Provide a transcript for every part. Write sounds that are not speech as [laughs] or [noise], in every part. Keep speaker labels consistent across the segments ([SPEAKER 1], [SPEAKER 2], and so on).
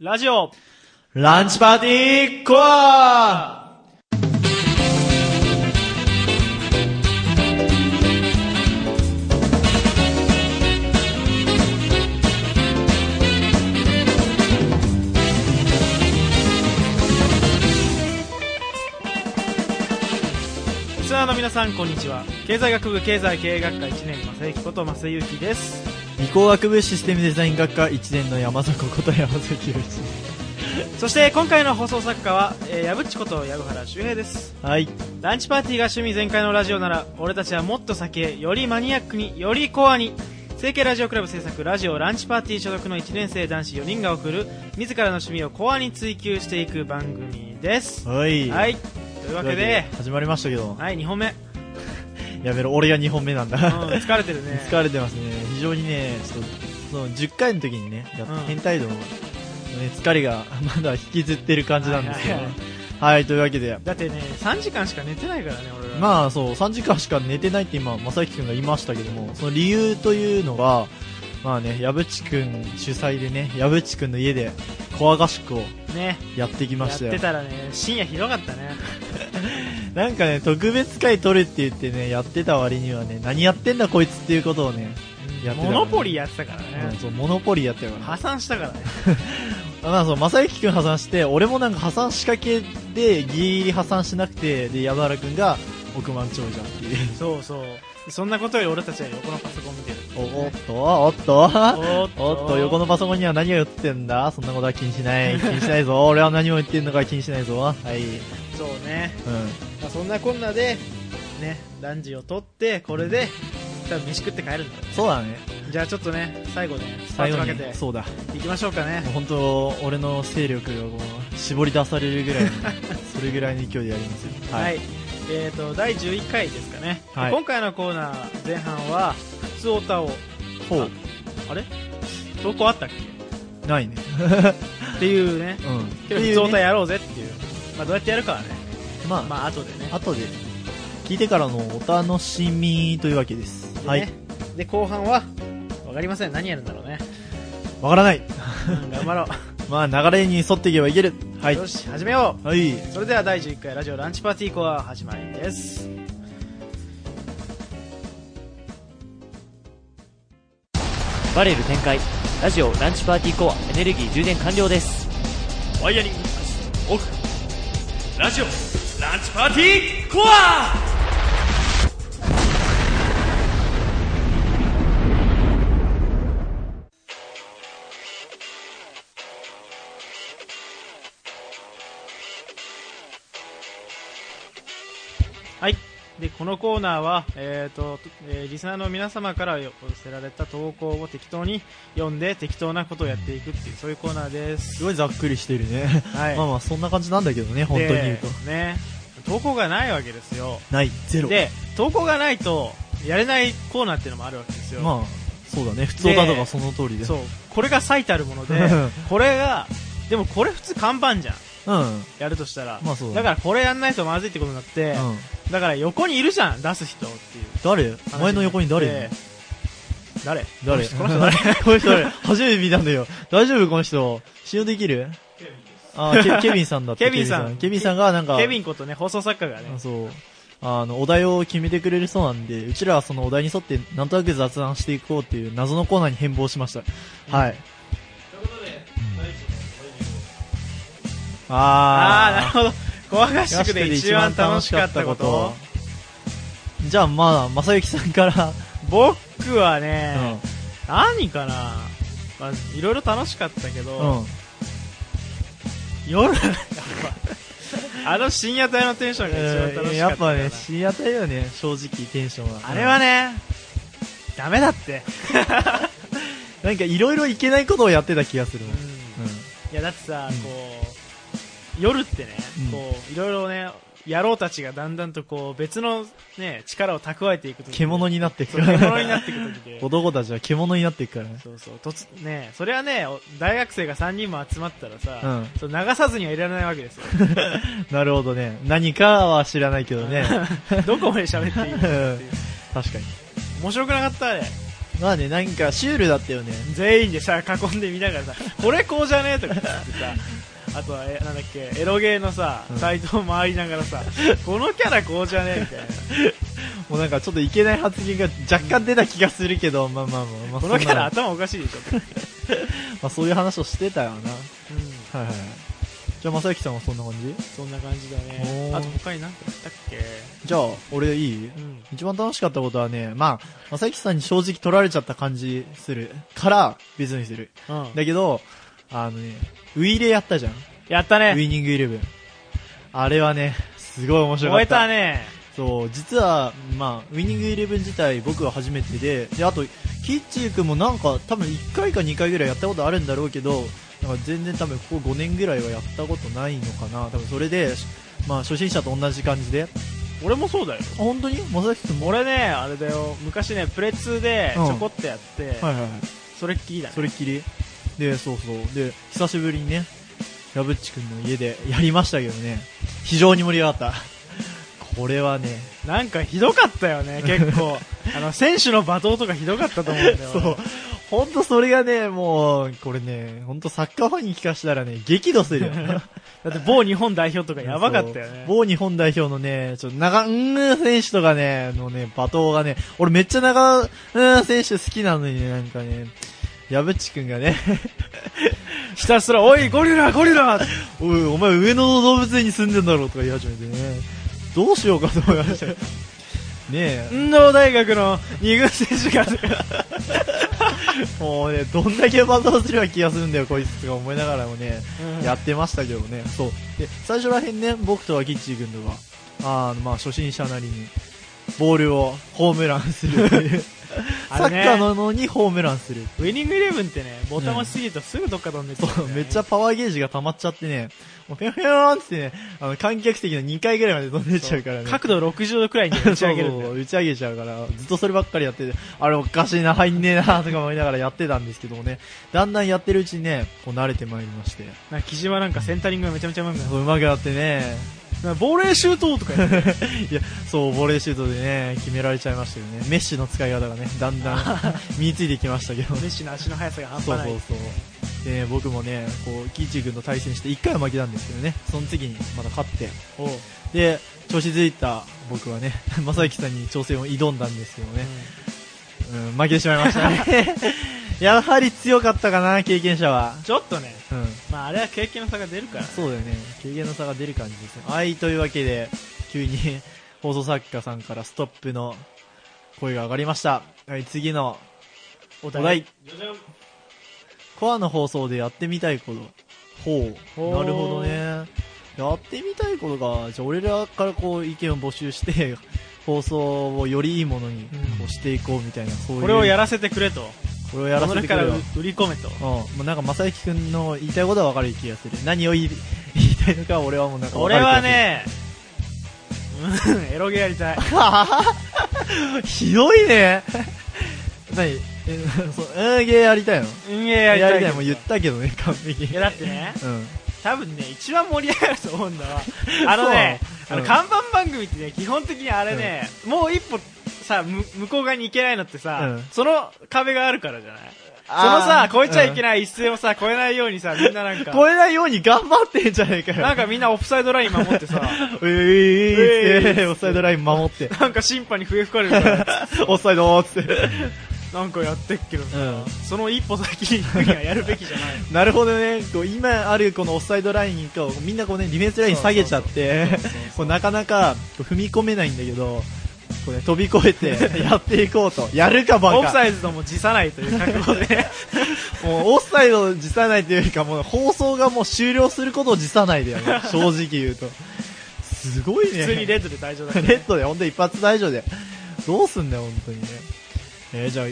[SPEAKER 1] ラジオ
[SPEAKER 2] ランチパーティーコア
[SPEAKER 1] リスナーの皆さんこんにちは経済学部経済経営学科1年正幸こと正幸です
[SPEAKER 2] 理工学部システムデザイン学科1年の山迫こと山崎雄一です
[SPEAKER 1] そして今回の放送作家は、えー、矢渕こと矢原周平です
[SPEAKER 2] はい
[SPEAKER 1] ランチパーティーが趣味全開のラジオなら俺たちはもっと先へよりマニアックによりコアに成形ラジオクラブ制作ラジオランチパーティー所属の1年生男子4人が送る自らの趣味をコアに追求していく番組です
[SPEAKER 2] はい
[SPEAKER 1] はいというわけで
[SPEAKER 2] 始まりましたけど
[SPEAKER 1] はい2本目、うん、
[SPEAKER 2] やめろ俺が2本目なんだ
[SPEAKER 1] 疲れてるね
[SPEAKER 2] [laughs] 疲れてますね非常にねちょっとその10回の時にねやっ
[SPEAKER 1] うん
[SPEAKER 2] 変態度の、ね、疲れがまだ引きずってる感じなんですけどね
[SPEAKER 1] はい
[SPEAKER 2] は
[SPEAKER 1] はい
[SPEAKER 2] い、というわけで
[SPEAKER 1] だってね3時間しか寝てないからね俺ら
[SPEAKER 2] まあそう3時間しか寝てないって今正樹君が言いましたけどもその理由というのがまあね矢渕君主催でね矢渕君の家でコア合宿を
[SPEAKER 1] ね
[SPEAKER 2] やってき
[SPEAKER 1] や
[SPEAKER 2] ま
[SPEAKER 1] っ
[SPEAKER 2] し
[SPEAKER 1] て
[SPEAKER 2] たよ
[SPEAKER 1] たらね深夜ひどかったね
[SPEAKER 2] なんかね特別会取るって言ってねやってた割にはね何やってんだこいつっていうことをね、やってたからね
[SPEAKER 1] モノポリやってたから
[SPEAKER 2] うん
[SPEAKER 1] ね、
[SPEAKER 2] そうモノポリーやってたから
[SPEAKER 1] 破産したからね
[SPEAKER 2] まあそう正幸君破産して俺もなんか破産仕掛けでギリギリ破産しなくてで矢原君が億万長者っていう
[SPEAKER 1] そうそうそんなことより俺たちは横のパソコン見てる
[SPEAKER 2] おおっとおっと
[SPEAKER 1] [laughs] おっ
[SPEAKER 2] おっと、横のパソコンには何が映ってんだそんなことは気にし
[SPEAKER 1] [laughs]
[SPEAKER 2] ない。気にしないぞ。俺は何を言ってんのか気にしないぞ。はい。うん。
[SPEAKER 1] そうね、まあ、そんなこんなでねランジを取ってこれで多分飯食って帰るんだよ
[SPEAKER 2] そうだね。
[SPEAKER 1] じゃあちょっとね最後ねスパ
[SPEAKER 2] 最
[SPEAKER 1] ート
[SPEAKER 2] 後
[SPEAKER 1] かけて
[SPEAKER 2] に。そうだ。も
[SPEAKER 1] いきましょうかね
[SPEAKER 2] う本当、俺の勢力がこう、絞り出されるぐら
[SPEAKER 1] [laughs]
[SPEAKER 2] いの、それぐらいの勢いでやりますよ。
[SPEAKER 1] はい、。えっ、と第11回ですかね、
[SPEAKER 2] はい
[SPEAKER 1] 今回のコーナー前半は「普通おたを」
[SPEAKER 2] ほう。
[SPEAKER 1] あれ投稿あったっけ
[SPEAKER 2] ないね。
[SPEAKER 1] っていうね
[SPEAKER 2] うん。
[SPEAKER 1] けど普通
[SPEAKER 2] っていう
[SPEAKER 1] 歌
[SPEAKER 2] ね
[SPEAKER 1] やろうぜっていうまあどうやってやるかはね
[SPEAKER 2] まあ、
[SPEAKER 1] まあ後でね
[SPEAKER 2] 後で、聞いてからのお楽しみというわけです。
[SPEAKER 1] でね
[SPEAKER 2] はい。
[SPEAKER 1] で後半はわかりません何やるんだ
[SPEAKER 2] [laughs]
[SPEAKER 1] ろうね
[SPEAKER 2] わからない。
[SPEAKER 1] うん頑張ろう、
[SPEAKER 2] まあ、流れに沿っていけばいける。はい
[SPEAKER 1] よ。し始めよ
[SPEAKER 2] はい。
[SPEAKER 1] うそれでは第11回ラジオランチパーティーコア始まりです
[SPEAKER 3] バレル展開ラジオランチパーティーコアエネルギー充電完了です
[SPEAKER 4] ワイヤリングオフラジオランチパーティーコア
[SPEAKER 1] はいでこのコーナーは、えーとえーリスナーの皆様から寄せられた投稿を適当に読んで適当なことをやっていくっていうそういうコーナーです
[SPEAKER 2] す、ごいざっくりしてるね。
[SPEAKER 1] はい
[SPEAKER 2] まあまあ、そんな感じなんだけどね、本当に言うと。
[SPEAKER 1] でね投稿がないわけですよ
[SPEAKER 2] ない、ゼロ。
[SPEAKER 1] で投稿がないとやれないコーナーっていうのもあるわけですよ、
[SPEAKER 2] まあ、そうだね。普通だとかその通りで。
[SPEAKER 1] そうこれが最たるもの
[SPEAKER 2] [laughs]
[SPEAKER 1] でこれがでもこれ普通看板じゃん
[SPEAKER 2] うん。うん。
[SPEAKER 1] やるとしたら、
[SPEAKER 2] まあそうだ
[SPEAKER 1] だからこれやんないとまずいってことになって、だから横にいるじゃん出す人っていう
[SPEAKER 2] 誰お前の横に誰い
[SPEAKER 1] で
[SPEAKER 2] る
[SPEAKER 1] 誰
[SPEAKER 2] 誰
[SPEAKER 1] この人誰
[SPEAKER 2] [laughs] この人誰初めて見たんだよ。大丈夫この人。信用できるあー、ケケビンさんだって。
[SPEAKER 1] ケビンさん
[SPEAKER 2] ケビンさんがなんか、
[SPEAKER 1] ケビンことね放送作家がね
[SPEAKER 2] あそう。あの、お題を決めてくれるそうなんで、うちらはそのお題に沿って、なんとなく雑談していこうっていう謎のコーナーに変貌しました。はい。
[SPEAKER 1] あ
[SPEAKER 2] あ
[SPEAKER 1] あ
[SPEAKER 2] ー
[SPEAKER 1] なるほど怖がしくで一番楽しかったこと
[SPEAKER 2] じゃあまあ正幸さんから、
[SPEAKER 1] 僕はね、
[SPEAKER 2] う
[SPEAKER 1] 何かな、まあ、いろいろ楽しかったけど、
[SPEAKER 2] ん、うん、
[SPEAKER 1] 夜やっぱあの深夜帯のテンションが一番楽しかった、
[SPEAKER 2] やっぱね深夜帯はね正直テンションは
[SPEAKER 1] あれは
[SPEAKER 2] ね
[SPEAKER 1] ねダメだって、
[SPEAKER 2] なんかいろいろいけないことをやってた気がするもん、うん
[SPEAKER 1] うんいやだってさ、
[SPEAKER 2] うん
[SPEAKER 1] こう夜ってね、
[SPEAKER 2] うん
[SPEAKER 1] こういろいろね野郎たちがだんだんとこう別の、ね、力を蓄えていくと
[SPEAKER 2] 獣
[SPEAKER 1] に
[SPEAKER 2] になっていく
[SPEAKER 1] そう獣になっていく時で
[SPEAKER 2] 男たちは獣になっていくからね
[SPEAKER 1] そうそう突ねそれはねお大学生が3人も集まったらさ、
[SPEAKER 2] う
[SPEAKER 1] そう流さずにはいられないわけですよ
[SPEAKER 2] なるほどね何かは知らないけどね
[SPEAKER 1] どこまで喋っていいのかっていう
[SPEAKER 2] 確かに
[SPEAKER 1] 面白くなかったあれ
[SPEAKER 2] まあね、なんかシュールだったよね。
[SPEAKER 1] 全員でさ囲んでみな
[SPEAKER 2] [laughs]
[SPEAKER 1] がらさこれこうじゃねえとか言ってさあとはえなんだっけエロゲーのさ
[SPEAKER 2] うん
[SPEAKER 1] サイトを回りながら
[SPEAKER 2] [laughs]
[SPEAKER 1] さ、このキャラこうじゃねえみたいな
[SPEAKER 2] もうなんかちょっといけない発言が若干出た気がするけど、まあまあまあ、まあ、
[SPEAKER 1] このキ [laughs] ャラ
[SPEAKER 2] そんな
[SPEAKER 1] 頭おかしいで
[SPEAKER 2] [laughs]
[SPEAKER 1] しょ、
[SPEAKER 2] まあそういう話をしてたよな。
[SPEAKER 1] うん、
[SPEAKER 2] はいはい。じゃあ、まさゆきさんはそんな感じ
[SPEAKER 1] そんな感じだね
[SPEAKER 2] おー
[SPEAKER 1] あと他に何かあったっけ
[SPEAKER 2] じゃあ、俺いい
[SPEAKER 1] うん
[SPEAKER 2] 一番楽しかったことはね、まあ、まさゆきさんに正直取られちゃった感じする。から、別にする。だけど、あのね、ウィーレやったじゃん。
[SPEAKER 1] やった
[SPEAKER 2] ウ
[SPEAKER 1] ね
[SPEAKER 2] ィニングイレブン。あれはね、すごい面白か
[SPEAKER 1] 燃
[SPEAKER 2] っ
[SPEAKER 1] え
[SPEAKER 2] た。
[SPEAKER 1] たね
[SPEAKER 2] そう、実は、まあ、ウィニングイレブン自体僕は初めてで、で、あと、キッチー君もなんか多分1回か2回ぐらいやったことあるんだろうけど、なんか全然多分ここ5年ぐらいはやったことないのかな。多分それで、まあ初心者と同じ感じで。あ、
[SPEAKER 1] 俺もそうだよ
[SPEAKER 2] 本当にまさきくんも
[SPEAKER 1] 俺ねあれだよ昔ねプレ2でち
[SPEAKER 2] うん
[SPEAKER 1] ょこっとやって、
[SPEAKER 2] はいはいはい。
[SPEAKER 1] それっきりだね
[SPEAKER 2] それっきりで、そうそう。で、久しぶりにね、矢渕くんの家でやりましたけどね、非常に盛り上がった。これはね、
[SPEAKER 1] なんかひどかったよね結
[SPEAKER 2] [laughs]
[SPEAKER 1] 構あの選手の罵倒とかひどかったと思うんだよ
[SPEAKER 2] そう。ほんとそれがね、もう、これね、ほんとサッカーファンに聞かしたらね、激怒するよ。
[SPEAKER 1] だって某日本代表と [laughs] かやばかったよ
[SPEAKER 2] そう
[SPEAKER 1] ね
[SPEAKER 2] 某日本代表のね、ちょっと長、うーん選手とかね、のね、罵倒がね、俺めっちゃ長、うーん選手好きなのにね、なんかね、矢渕くんがね、
[SPEAKER 1] ひたすら「おいゴリラゴリラ!」
[SPEAKER 2] おい、お前上野の動物園に住んでんだろうとか言い始めてね、どうしようかと思いましたよねえ、
[SPEAKER 1] 運動大学の二軍選手が
[SPEAKER 2] もうね、どんだけバトルすれば気がするんだよ、こいつとか思いながらもね、
[SPEAKER 1] うん
[SPEAKER 2] やってましたけどね、そう。で、最初らへんね、僕とはキッチー君とか、あーまあ初心者なりに、ボールをホームランするという、サ
[SPEAKER 1] [laughs] あれ
[SPEAKER 2] ッ
[SPEAKER 1] ね
[SPEAKER 2] カーなのにホームランする。
[SPEAKER 1] ウィニングイレブンってねボタン押しすぎるとすぐどっか飛んでっちゃうんだ
[SPEAKER 2] そ
[SPEAKER 1] よ
[SPEAKER 2] う、
[SPEAKER 1] ね
[SPEAKER 2] めっちゃパワーゲージが溜まっちゃってね、もうピョンピョンってね、あの観客席の2回ぐらいまで飛んでっちゃうからね。
[SPEAKER 1] 角度60度くらいに打ち上げるんだ
[SPEAKER 2] そう
[SPEAKER 1] よ
[SPEAKER 2] 打ち上げちゃうから、ずっとそればっかりやってて、あれおかしいな、入んねえな、とか思いながらやってたんですけどもね、だんだんやってるうちにね、こう慣れてまいりまして、
[SPEAKER 1] なんか木島なんかセンタリングがめちゃめちゃうまくなる
[SPEAKER 2] そう上手くなってね、 [laughs]
[SPEAKER 1] なんかボレーシュートとか言って
[SPEAKER 2] いや、そう、ボレーシュートでね、決められちゃいましたよね。メッシの使い方がね、だんだん
[SPEAKER 1] [laughs]
[SPEAKER 2] 身についてきましたけど
[SPEAKER 1] メ。ッシの足の速さが半
[SPEAKER 2] そう
[SPEAKER 1] 端な
[SPEAKER 2] そ
[SPEAKER 1] いう
[SPEAKER 2] そう。でね、僕もね、こう、キーチー君と対戦して1回は負けたんですけどね、その次にまた勝って、
[SPEAKER 1] おう
[SPEAKER 2] で、調子づいた僕はね、 [laughs] 正幸さんに挑戦を挑んだんですけどね、うん、負けてしまいまし
[SPEAKER 1] [laughs]
[SPEAKER 2] たね。やはり強かったかな、経験者は。
[SPEAKER 1] ちょっとね
[SPEAKER 2] うん。
[SPEAKER 1] まああれは経験の差が出るからね
[SPEAKER 2] そうだよね。経験の差が出る感じですね。はい、というわけで、急に [laughs] 放送作家さんからストップの声が上がりました。はい、次の
[SPEAKER 1] お
[SPEAKER 2] お題。コアの放送でやってみたいこと。ほ
[SPEAKER 1] ほ
[SPEAKER 2] う。
[SPEAKER 1] う
[SPEAKER 2] なるほどね。やってみたいことが、じゃあ俺らからこう意見を募集して、放送をよりいいものに
[SPEAKER 1] うん
[SPEAKER 2] こうしていこうみたいな、そういう。
[SPEAKER 1] これをやらせてくれと
[SPEAKER 2] これをやらせてく
[SPEAKER 1] こ
[SPEAKER 2] れよ
[SPEAKER 1] の中。から売り込めと
[SPEAKER 2] うん、もうなんか正幸くんの言いたいことは分かる気がする何を言い言いたいのか俺はもうなんか分
[SPEAKER 1] 俺
[SPEAKER 2] かる気が
[SPEAKER 1] は
[SPEAKER 2] する
[SPEAKER 1] ねうんエロゲやりたい
[SPEAKER 2] ひどいね何えそう運ゲーやりたいの
[SPEAKER 1] 運営やりたい
[SPEAKER 2] もう言ったけどね完璧
[SPEAKER 1] いやだってね
[SPEAKER 2] うん
[SPEAKER 1] 多分ね一番盛り上がると思うのはあのね、
[SPEAKER 2] そう
[SPEAKER 1] あ
[SPEAKER 2] う
[SPEAKER 1] の
[SPEAKER 2] ん
[SPEAKER 1] 看板番組ってね基本的にあれね、もう一歩さむ向こう側に行けないのってさ、
[SPEAKER 2] うん
[SPEAKER 1] その壁があるからじゃないそ
[SPEAKER 2] あ
[SPEAKER 1] の
[SPEAKER 2] ー
[SPEAKER 1] さ越えちゃいけない一線をさ越えないようにさみんななんか
[SPEAKER 2] 超えないように頑張ってんじゃねえかよ
[SPEAKER 1] なんかみんなオフサイドライン守ってさ
[SPEAKER 2] うえーい
[SPEAKER 1] うえーい
[SPEAKER 2] ってオフサイドライン守って
[SPEAKER 1] なんか審判に笛吹かれるから
[SPEAKER 2] オフサイドーっつって
[SPEAKER 1] なんかやってっけどさ、
[SPEAKER 2] うん
[SPEAKER 1] その一歩先に行くにはやるべきじゃない
[SPEAKER 2] なるほどねこう今あるこのオフサイドラインをみんなこうねディフェンスライン下げちゃってこうなかなかこう踏み込めないんだけどこう、ね、飛び越え
[SPEAKER 1] [laughs]
[SPEAKER 2] てやっていこうとやるかバカ
[SPEAKER 1] オフサイドとも辞さないという覚悟で
[SPEAKER 2] もうオフサイドを辞さないというよりかもう放送がもう終了することを辞さないだよ
[SPEAKER 1] [laughs]
[SPEAKER 2] ね正直言うとすごいね
[SPEAKER 1] 普通にレッドで大丈夫だから
[SPEAKER 2] レッドでほんと一発大丈夫でどうすんだよ本当にねえー、じゃ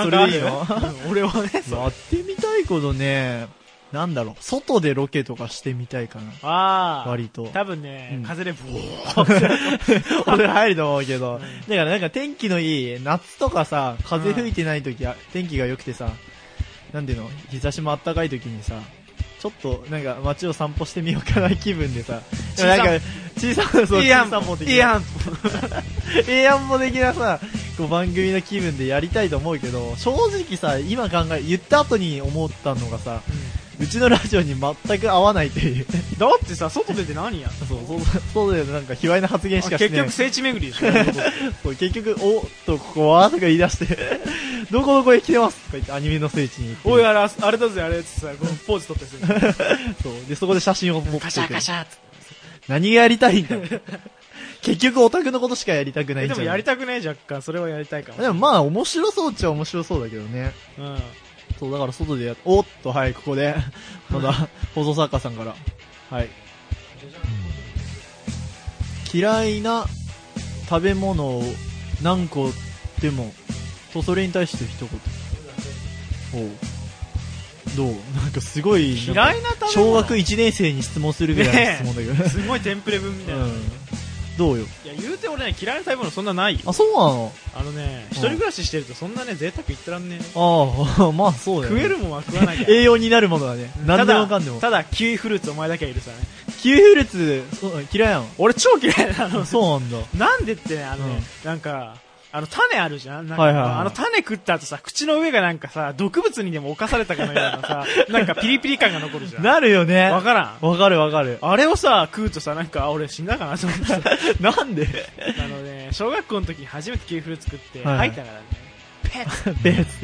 [SPEAKER 2] あそれでいいの
[SPEAKER 1] うん俺はねそう
[SPEAKER 2] やってみたいことねなんだろう外でロケとかしてみたいかな
[SPEAKER 1] ああ
[SPEAKER 2] 割と
[SPEAKER 1] 多分ね、
[SPEAKER 2] うん
[SPEAKER 1] 風でブー
[SPEAKER 2] [laughs] 俺入ると思うけど、だからなんか天気のいい夏とかさ風吹いてない時、あ天気が良くてさなんていうの日差しも暖かい時にさちょっとなんか街を散歩してみようかな気分でさ
[SPEAKER 1] 小
[SPEAKER 2] な
[SPEAKER 1] さ
[SPEAKER 2] んか小さなそう
[SPEAKER 1] いいやん
[SPEAKER 2] 小散歩的ない
[SPEAKER 1] いやん
[SPEAKER 2] ええやんも的なさこう番組の気分でやりたいと思うけど正直さ今考え言った後に思ったのがさうちのラジオに全く合わないという [laughs]
[SPEAKER 1] だってさ外出て何 [laughs] や
[SPEAKER 2] そうそうそうだよねなんか卑猥な発言しかして
[SPEAKER 1] 結
[SPEAKER 2] ない
[SPEAKER 1] 局聖地巡り [laughs] でしょ
[SPEAKER 2] そう結局おっとここはとか言い出して [laughs] どこどこへ来てますとか言ってアニメの聖地に行って
[SPEAKER 1] おいあれああれだぜあれっつってさこうポーズ取ってする
[SPEAKER 2] そうでそこで写真を持って
[SPEAKER 1] カ
[SPEAKER 2] て
[SPEAKER 1] シャカシャっつって
[SPEAKER 2] 何がやりたいんだ [laughs] 結局オタクのことしかやりたくない
[SPEAKER 1] え
[SPEAKER 2] んじ
[SPEAKER 1] で
[SPEAKER 2] ゃん
[SPEAKER 1] もやりたくない若干それはやりたいかも
[SPEAKER 2] でもまあ面白そうっちゃ面白そうだけどね
[SPEAKER 1] うん
[SPEAKER 2] そうだから外でやおっとはいここで [laughs] まだ放送作家さんからはい嫌いな食べ物を何個でもとそれに対して一言おうどうなんかすごいなんか
[SPEAKER 1] 嫌いな食べ物
[SPEAKER 2] 小学1年生に質問するぐらいの質問
[SPEAKER 1] [laughs]
[SPEAKER 2] だけど、
[SPEAKER 1] すごいテンプレ文みたいな、
[SPEAKER 2] う
[SPEAKER 1] い
[SPEAKER 2] んどうよ
[SPEAKER 1] や言うて俺ね嫌いな食べ物そんなないよ
[SPEAKER 2] あそうなの
[SPEAKER 1] あのね
[SPEAKER 2] う
[SPEAKER 1] 一
[SPEAKER 2] ん
[SPEAKER 1] 人暮らししてるとそんなね贅沢言ってらんねえ
[SPEAKER 2] あ [laughs] あ、まあそうだよ、
[SPEAKER 1] 食
[SPEAKER 2] ね。
[SPEAKER 1] えるもんは食わなきゃ
[SPEAKER 2] 栄養になるものはね、何でもかんでも。
[SPEAKER 1] ただただキウイフルーツお前だけは許さない
[SPEAKER 2] キウイフルーツ、そう嫌いやん。
[SPEAKER 1] 俺超嫌いなの
[SPEAKER 2] [laughs] そうなんだ。
[SPEAKER 1] なんでってね、あのね、なんか、あの種あるじゃんなんか、
[SPEAKER 2] はいはいはい
[SPEAKER 1] あの種食った後さ、口の上がなんかさ、毒物にでも侵されたかのような
[SPEAKER 2] [laughs]
[SPEAKER 1] さ、なんかピリピリ感が残るじゃん。
[SPEAKER 2] なるよね。
[SPEAKER 1] わ
[SPEAKER 2] わ
[SPEAKER 1] からん。
[SPEAKER 2] かるわかる。
[SPEAKER 1] あれをさ、食うとさ、なんか、あ俺死んだかなと思って [laughs] さ、
[SPEAKER 2] なんで
[SPEAKER 1] あのね、小学校の時に初めてキウイフルーツ食って、
[SPEAKER 2] はいはい
[SPEAKER 1] 吐いたからね、ペッ
[SPEAKER 2] ベース。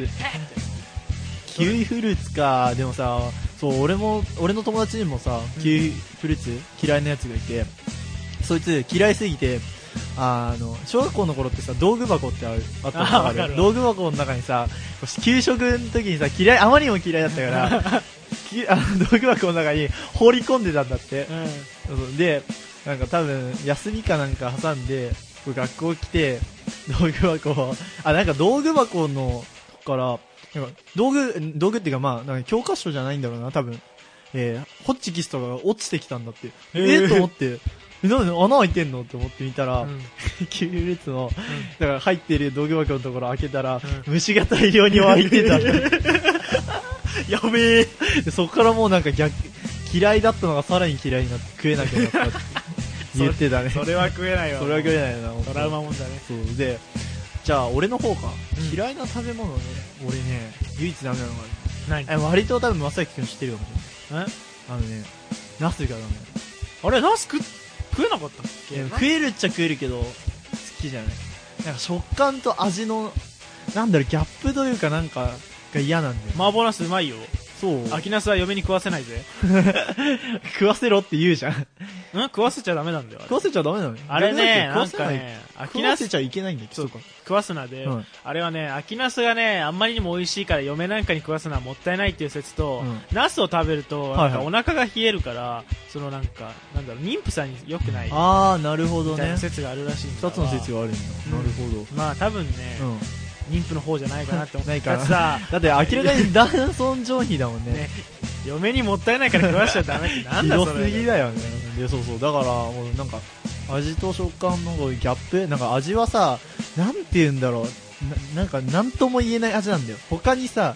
[SPEAKER 2] キウイフルーツか。でもさ、そう、俺も、俺の友達にもさ、キウイフルーツ嫌いなやつがいて、そいつ嫌いすぎて、あの、小学校の頃ってさ、道具箱ってあるあった
[SPEAKER 1] あ
[SPEAKER 2] の
[SPEAKER 1] わ
[SPEAKER 2] わ
[SPEAKER 1] か
[SPEAKER 2] か
[SPEAKER 1] る
[SPEAKER 2] る道具箱の中にさ、給食の時にさ、嫌い、あまりにも嫌いだった
[SPEAKER 1] [laughs]
[SPEAKER 2] から、きあの道具箱の中に放り込んでたんだって。
[SPEAKER 1] うん。
[SPEAKER 2] そうで、なんか多分、休みかなんか挟んで、こう学校来て、 [laughs] 道具箱を、あ、なんか道具箱の、から、なんか道具、道具っていうかまあ、なんか教科書じゃないんだろうな、多分。えーホッチキスとかが落ちてきたんだって。え
[SPEAKER 1] ー
[SPEAKER 2] ー、と思って、えなんで穴開いてんのって思ってみたら、
[SPEAKER 1] うん
[SPEAKER 2] キウイフルーツの、だから入ってる道具箱のところ開けたら、
[SPEAKER 1] う
[SPEAKER 2] 虫が大量に湧いて [laughs] た。やべえ。でそこからもうなんか逆、嫌いだったのがさらに嫌いになって食えなくな [laughs] ったって言ってたね。
[SPEAKER 1] それは食えないわ。
[SPEAKER 2] それは食えないよな、本当
[SPEAKER 1] ト
[SPEAKER 2] に
[SPEAKER 1] ラウマもんだね。
[SPEAKER 2] そうで、じゃあ俺の方か。
[SPEAKER 1] うん
[SPEAKER 2] 嫌いな食べ物ね、俺ね、唯一ダメなのが
[SPEAKER 1] 何
[SPEAKER 2] ある。え割と多分正輝君知ってるかもしれない
[SPEAKER 1] え。
[SPEAKER 2] あのね、ナスがダメ。
[SPEAKER 1] あれ、ナス食っ食えなかったっけ
[SPEAKER 2] でも食えるっちゃ食えるけど好きじゃないなんか食感と味のなんだろうギャップというかなんかが嫌なんだよ、
[SPEAKER 1] 麻婆ナスうまいよ。
[SPEAKER 2] そう
[SPEAKER 1] 秋ナスは嫁に食わせないぜ。
[SPEAKER 2] 食わせろって言うじゃ
[SPEAKER 1] [laughs]
[SPEAKER 2] ん
[SPEAKER 1] うん食わせちゃダメなんだよ、あれ
[SPEAKER 2] 食わせちゃダメなの
[SPEAKER 1] あれね、な
[SPEAKER 2] 逆だ
[SPEAKER 1] ん
[SPEAKER 2] けど食
[SPEAKER 1] か
[SPEAKER 2] わせい
[SPEAKER 1] ね、秋
[SPEAKER 2] 食
[SPEAKER 1] ナ
[SPEAKER 2] わ
[SPEAKER 1] ス
[SPEAKER 2] せちゃいけないんだけど
[SPEAKER 1] そう食わすなで、
[SPEAKER 2] うん
[SPEAKER 1] あれはね、秋ナスがね、あんまりにも美味しいから嫁なんかに食わすのはもったいないっていう説と、
[SPEAKER 2] う
[SPEAKER 1] ナスを食べると、な
[SPEAKER 2] は
[SPEAKER 1] ん
[SPEAKER 2] い
[SPEAKER 1] か
[SPEAKER 2] はい
[SPEAKER 1] お腹が冷えるから、そのなんか、なんだろう、妊婦さんに良くないみ
[SPEAKER 2] ああなるほど
[SPEAKER 1] たい
[SPEAKER 2] ね
[SPEAKER 1] な説があるらしいんだ
[SPEAKER 2] 二
[SPEAKER 1] わ
[SPEAKER 2] つの説があるんだ、
[SPEAKER 1] うん
[SPEAKER 2] なるほ
[SPEAKER 1] まあ多分ね、
[SPEAKER 2] ど、うん、
[SPEAKER 1] 妊婦の方じゃないかなって思って。
[SPEAKER 2] [laughs] ないかな
[SPEAKER 1] だってさ、
[SPEAKER 2] だって明らかに [laughs] 男尊上卑だもんね
[SPEAKER 1] ね嫁にもったいないから食わしちゃダメ
[SPEAKER 2] [laughs]
[SPEAKER 1] ってなん
[SPEAKER 2] ひ
[SPEAKER 1] だ
[SPEAKER 2] ど
[SPEAKER 1] そ
[SPEAKER 2] すぎ
[SPEAKER 1] れ。
[SPEAKER 2] だよねでそうそうだからもうなんか味と食感のこうギャップなんか味はさなんて言うんだろうななんか何とも言えない味なんだよ他にさ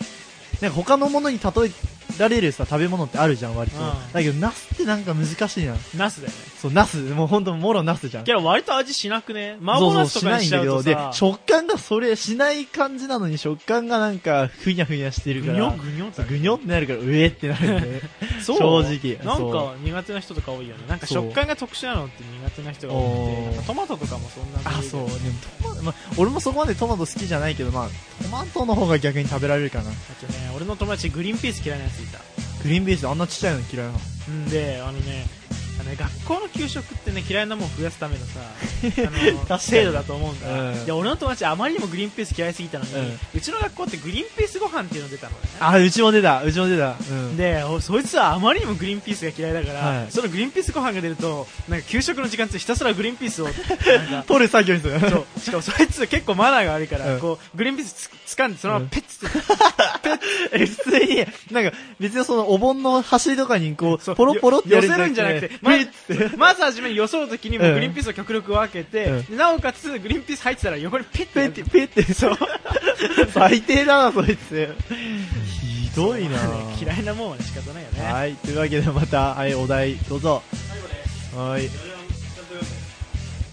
[SPEAKER 2] なんか他のものに例えられるさ食べ物ってあるじゃん割と、
[SPEAKER 1] うん
[SPEAKER 2] だけどナスってなんか難しいな
[SPEAKER 1] ナスだよね。
[SPEAKER 2] そうナスもうほんともろナスじゃん
[SPEAKER 1] けど割と味しなくね。麻婆ナスとかにしちゃうと
[SPEAKER 2] で
[SPEAKER 1] さ、
[SPEAKER 2] 食感がそれしない感じなのに食感がなんかふにゃふにゃしてる
[SPEAKER 1] ぐ
[SPEAKER 2] か
[SPEAKER 1] にょ
[SPEAKER 2] ら
[SPEAKER 1] ぐにょって
[SPEAKER 2] ぐにょってなるからうえってなるよね
[SPEAKER 1] そう
[SPEAKER 2] 正直
[SPEAKER 1] なん
[SPEAKER 2] そ
[SPEAKER 1] か苦手な人とか多いよねなんか
[SPEAKER 2] そう
[SPEAKER 1] 食感が特殊なのって苦手な人が多くて
[SPEAKER 2] おー
[SPEAKER 1] なんかトマトとかもそんな
[SPEAKER 2] あそう
[SPEAKER 1] ま
[SPEAKER 2] でもトマト、まあ、俺もそこまでトマト好きじゃないけど、まあ、トマトの方が逆に食べられるかな
[SPEAKER 1] あとね俺の友達グリーンピース嫌いなやついた
[SPEAKER 2] グリーンビースあんなちっちゃいの嫌いなの
[SPEAKER 1] んであのねあのね学校の給食ってね嫌いなもん増やすための
[SPEAKER 2] [laughs]
[SPEAKER 1] さあの
[SPEAKER 2] に
[SPEAKER 1] 制度だと思うんだ、
[SPEAKER 2] うん
[SPEAKER 1] で俺の友達あまりにもグリーンピース嫌いすぎたのに、う
[SPEAKER 2] うん
[SPEAKER 1] ちの学校ってグリーンピースご飯っていうの出たのね
[SPEAKER 2] あうちも出たうちも出たうん
[SPEAKER 1] でおそいつはあまりにもグリーンピースが嫌いだから、
[SPEAKER 2] はい
[SPEAKER 1] そのグリーンピースご飯が出るとなんか給食の時間中ひたすらグリーンピ
[SPEAKER 2] [laughs]
[SPEAKER 1] ースをなんか
[SPEAKER 2] 取る作業にする [laughs]
[SPEAKER 1] そうしかもそいつ結構マナーが悪いから、
[SPEAKER 2] うん
[SPEAKER 1] こうグリーンピースつ掴んでそのままペッつって、
[SPEAKER 2] え普通になんか別にそのお盆の端とかにこ
[SPEAKER 1] そう
[SPEAKER 2] うポロポロって
[SPEAKER 1] 寄
[SPEAKER 2] や
[SPEAKER 1] せるんじゃなくてま
[SPEAKER 2] ピッ
[SPEAKER 1] ずまず初めによそうときにも
[SPEAKER 2] うん
[SPEAKER 1] グリーンピースを極力分けて、
[SPEAKER 2] うん
[SPEAKER 1] でなおかつグリーンピース入ってたら横にピッ
[SPEAKER 2] ペ
[SPEAKER 1] てや
[SPEAKER 2] ッ
[SPEAKER 1] る
[SPEAKER 2] てペッてそう [laughs] 最低だなそいつひどいな
[SPEAKER 1] ね嫌いなもんはね仕方ないよね
[SPEAKER 2] はいというわけでまた、はい、お題どうぞはい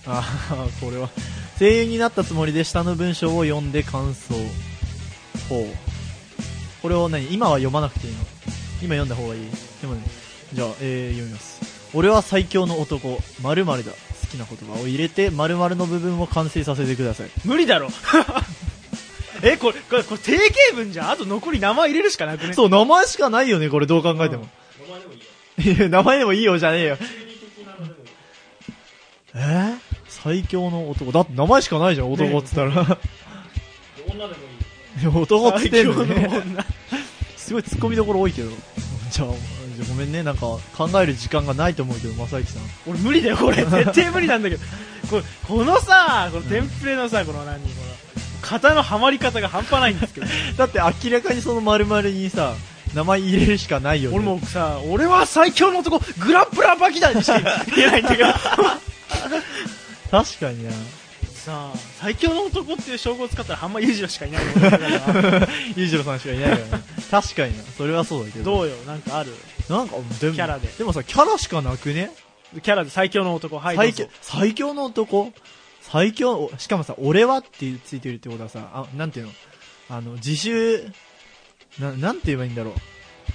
[SPEAKER 2] あーこれは声優になったつもりで下の文章を読んで感想ほうこれを何今は読まなくていいの今読んだ方がいいでもねじゃあ、えー読みます俺は最強の男〇〇だ好きな言葉を入れて〇〇の部分を完成させてください
[SPEAKER 1] 無理だろえこれこれこれ定型文じゃんあと残り名前入れるしかなくね
[SPEAKER 2] [laughs] そう名前しかないよねこれどう考えてもいや名前でもいいよじゃねえよえー最強の男だって名前しかないじゃん男っつったら
[SPEAKER 4] 女でもいい
[SPEAKER 2] いや男っつってんの
[SPEAKER 1] 最強の
[SPEAKER 2] ねすごいツッコミどころ多いけどじゃあじゃあごめんねなんか考える時間がないと思うけど正行さん
[SPEAKER 1] 俺無理だよ [laughs] これ絶対無理なんだけどこれこのさこのテンプレのさ、この何この型のはまり方が半端ないんですけど
[SPEAKER 2] だって明らかにその丸々にさ名前入れるしかないよね
[SPEAKER 1] 俺もさ俺は最強の男グラップラーバキだにしか言えないん [laughs] だけど
[SPEAKER 2] 確かにな
[SPEAKER 1] さあ最強の男っていう称号を使ったらあんま裕次郎しかいないと思うんだ [laughs] から
[SPEAKER 2] 裕次郎さんしかいないよね確かになそれはそうだけど
[SPEAKER 1] どうよなんかある
[SPEAKER 2] なんかでも
[SPEAKER 1] キャラで
[SPEAKER 2] もさキャラしかなくね
[SPEAKER 1] キャラで最強の男はい
[SPEAKER 2] 最
[SPEAKER 1] どう
[SPEAKER 2] 強
[SPEAKER 1] ぞ
[SPEAKER 2] 最強の男最強おしかもさ「俺は」ってついてるってことはさあなんていうのあの自主ななんて言えばいいんだろう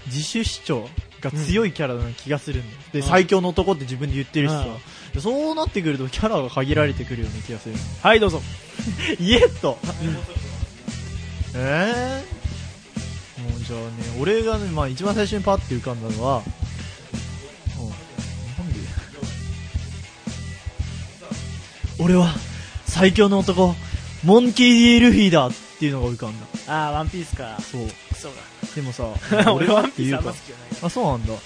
[SPEAKER 2] 自主主張が強いキャラな気がするんだよ、で
[SPEAKER 1] うん
[SPEAKER 2] 最強の男って自分で言ってるしさ、
[SPEAKER 1] う
[SPEAKER 2] でそうなってくるとキャラが限られてくるような気がする
[SPEAKER 1] はいどうぞ
[SPEAKER 2] イエット [laughs] ええもうじゃあね俺がね、まあ、一番最初にパッて浮かんだのはうんなんで俺は最強の男モンキー・ディ・ルフィだっていうのが浮かんだ
[SPEAKER 1] ああワンピースか
[SPEAKER 2] そう
[SPEAKER 1] クソ
[SPEAKER 2] でもさ
[SPEAKER 1] が [laughs] 俺ワン
[SPEAKER 2] って
[SPEAKER 1] ピー
[SPEAKER 2] い
[SPEAKER 1] ス
[SPEAKER 2] う
[SPEAKER 1] あんま
[SPEAKER 2] か
[SPEAKER 1] 好きじゃないから
[SPEAKER 2] あそうなんだ
[SPEAKER 1] うん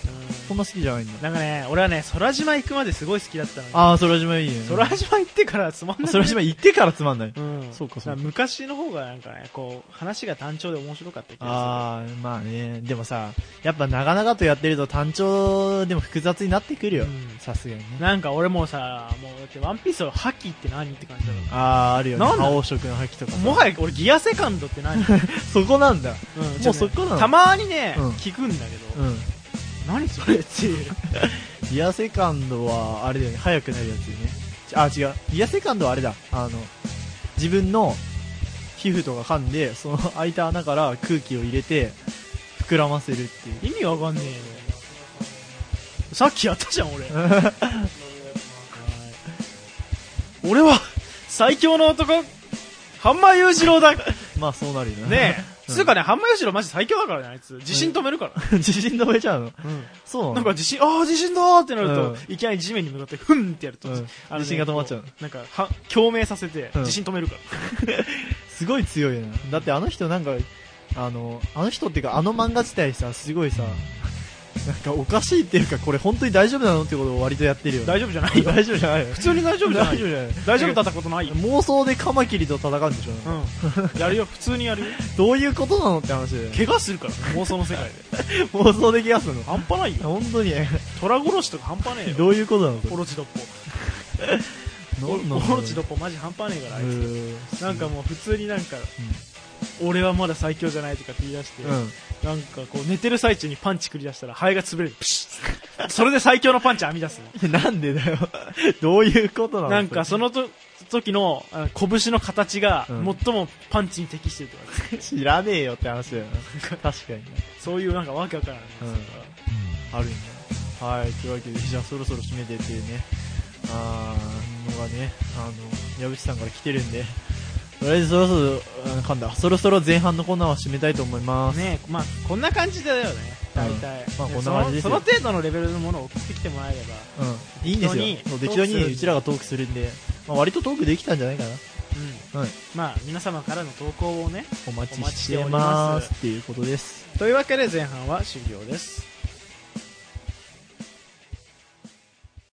[SPEAKER 2] そんな好きじゃないんだ
[SPEAKER 1] なんかね俺はね空島行くまですごい好きだったのよ
[SPEAKER 2] ああ空島いいね
[SPEAKER 1] 空島行ってからつまんない
[SPEAKER 2] 空島行ってからつまんない、
[SPEAKER 1] うん、
[SPEAKER 2] そうか
[SPEAKER 1] だ
[SPEAKER 2] そうか
[SPEAKER 1] ら昔の方がなんかねこう話が単調で面白かった気が
[SPEAKER 2] ああまあねでもさやっぱ長々とやってると単調でも複雑になってくるよ
[SPEAKER 1] うん
[SPEAKER 2] さすがにね
[SPEAKER 1] するなんか俺もうさもうだってワンピースを覇気って何って感じだか
[SPEAKER 2] あああるよね
[SPEAKER 1] なんだ
[SPEAKER 2] 青色の覇気とかさ
[SPEAKER 1] らもはや俺ギアセカンドって
[SPEAKER 2] [laughs]
[SPEAKER 1] 何、うん、
[SPEAKER 2] そこなんだ
[SPEAKER 1] ちょっとね
[SPEAKER 2] そこなの
[SPEAKER 1] たまーにね、
[SPEAKER 2] うん
[SPEAKER 1] 聞くんだけど、
[SPEAKER 2] うん
[SPEAKER 1] 何それって
[SPEAKER 2] [laughs]
[SPEAKER 1] いう
[SPEAKER 2] リアセカンドはあれだよね速くなるやつよねちあ違うリアセカンドはあれだあの自分の皮膚とか噛んでその開いた穴から空気を入れて膨らませるっていう
[SPEAKER 1] 意味わかんねえよさっきやったじゃん
[SPEAKER 2] [laughs]
[SPEAKER 1] 俺俺は最強の男半間裕次郎だ
[SPEAKER 2] まあそうなるよね [laughs]
[SPEAKER 1] ねえつうかね半間裕次郎マジ最強だからねあいつ自信止めるから、
[SPEAKER 2] え地震止めちゃうのそう
[SPEAKER 1] な
[SPEAKER 2] なんの
[SPEAKER 1] か地震、ああ、地震だーってなると、
[SPEAKER 2] うん
[SPEAKER 1] いきなり地面に向かって、ふんってやると、
[SPEAKER 2] うん
[SPEAKER 1] あのね
[SPEAKER 2] 地震が止まっちゃう
[SPEAKER 1] こなんか、は共鳴させて、
[SPEAKER 2] うん
[SPEAKER 1] 地震止めるから。
[SPEAKER 2] すごい強いよなだってあの人なんかあのあの人っていうかあの漫画自体さすごいさなんかおかしいっていうかこれ本当に大丈夫なのってことを割とやってるよね
[SPEAKER 1] 大丈夫じゃ
[SPEAKER 2] [laughs]
[SPEAKER 1] ないよ。
[SPEAKER 2] 大丈夫じゃないよ
[SPEAKER 1] 普通に大丈夫じゃない
[SPEAKER 2] 大丈夫じゃない
[SPEAKER 1] 大丈夫だったことないよ。
[SPEAKER 2] 妄想でカマキリと戦うんでしょ、
[SPEAKER 1] うん。やるよ、普通にやるよ。
[SPEAKER 2] どういうことなのって話
[SPEAKER 1] [laughs] 怪
[SPEAKER 2] で
[SPEAKER 1] 我するから、妄想の世界で。
[SPEAKER 2] 妄想できやすの
[SPEAKER 1] 半端ないよ。
[SPEAKER 2] 本当に
[SPEAKER 1] 虎殺しとか半端ねえよ。
[SPEAKER 2] どういうことなの
[SPEAKER 1] オ
[SPEAKER 2] こ
[SPEAKER 1] ロチドッ
[SPEAKER 2] れ
[SPEAKER 1] ポ。
[SPEAKER 2] なんなの
[SPEAKER 1] オロチドッポマジ半端ねえから、あいうつ。
[SPEAKER 2] ー
[SPEAKER 1] なんかもう普通になんか、俺はまだ最強じゃないとかって言い出して、
[SPEAKER 2] うん
[SPEAKER 1] なんかこう寝てる最中にパンチ繰り出したらハエが潰れる。プシッそれで最強のパンチ編み出すの。
[SPEAKER 2] いやなんでだよどういうことなの
[SPEAKER 1] なんかそのと時のあの拳の形が
[SPEAKER 2] うん
[SPEAKER 1] 最もパンチに適してるとか、
[SPEAKER 2] れ知らねえよって話だよな確かに
[SPEAKER 1] そういうなんかわけわからない、
[SPEAKER 2] うんあるんだはいというわけでじゃあそろそろ締めてっていうねあーのがねあの矢口さんから来てるんでとりあえずそろそろあ噛んだそろそろ前半のコーナーは締めたいと思います
[SPEAKER 1] ねえまあこんな感じだよね大体、
[SPEAKER 2] うんまあ
[SPEAKER 1] で
[SPEAKER 2] こんな感じですよ
[SPEAKER 1] そのその程度のレベルのものを送ってきてもらえれば、
[SPEAKER 2] うんいいんですよ
[SPEAKER 1] 適当に
[SPEAKER 2] そう適当にうちらがトークするんで、まあ、割とトークできたんじゃないかな
[SPEAKER 1] うん
[SPEAKER 2] はい
[SPEAKER 1] まあ皆様からの投稿をね
[SPEAKER 2] お待
[SPEAKER 1] お
[SPEAKER 2] ち
[SPEAKER 1] 待ちし
[SPEAKER 2] して
[SPEAKER 1] お
[SPEAKER 2] て
[SPEAKER 1] り
[SPEAKER 2] ま
[SPEAKER 1] ます
[SPEAKER 2] すっていうことです
[SPEAKER 1] というわけで前半は終了です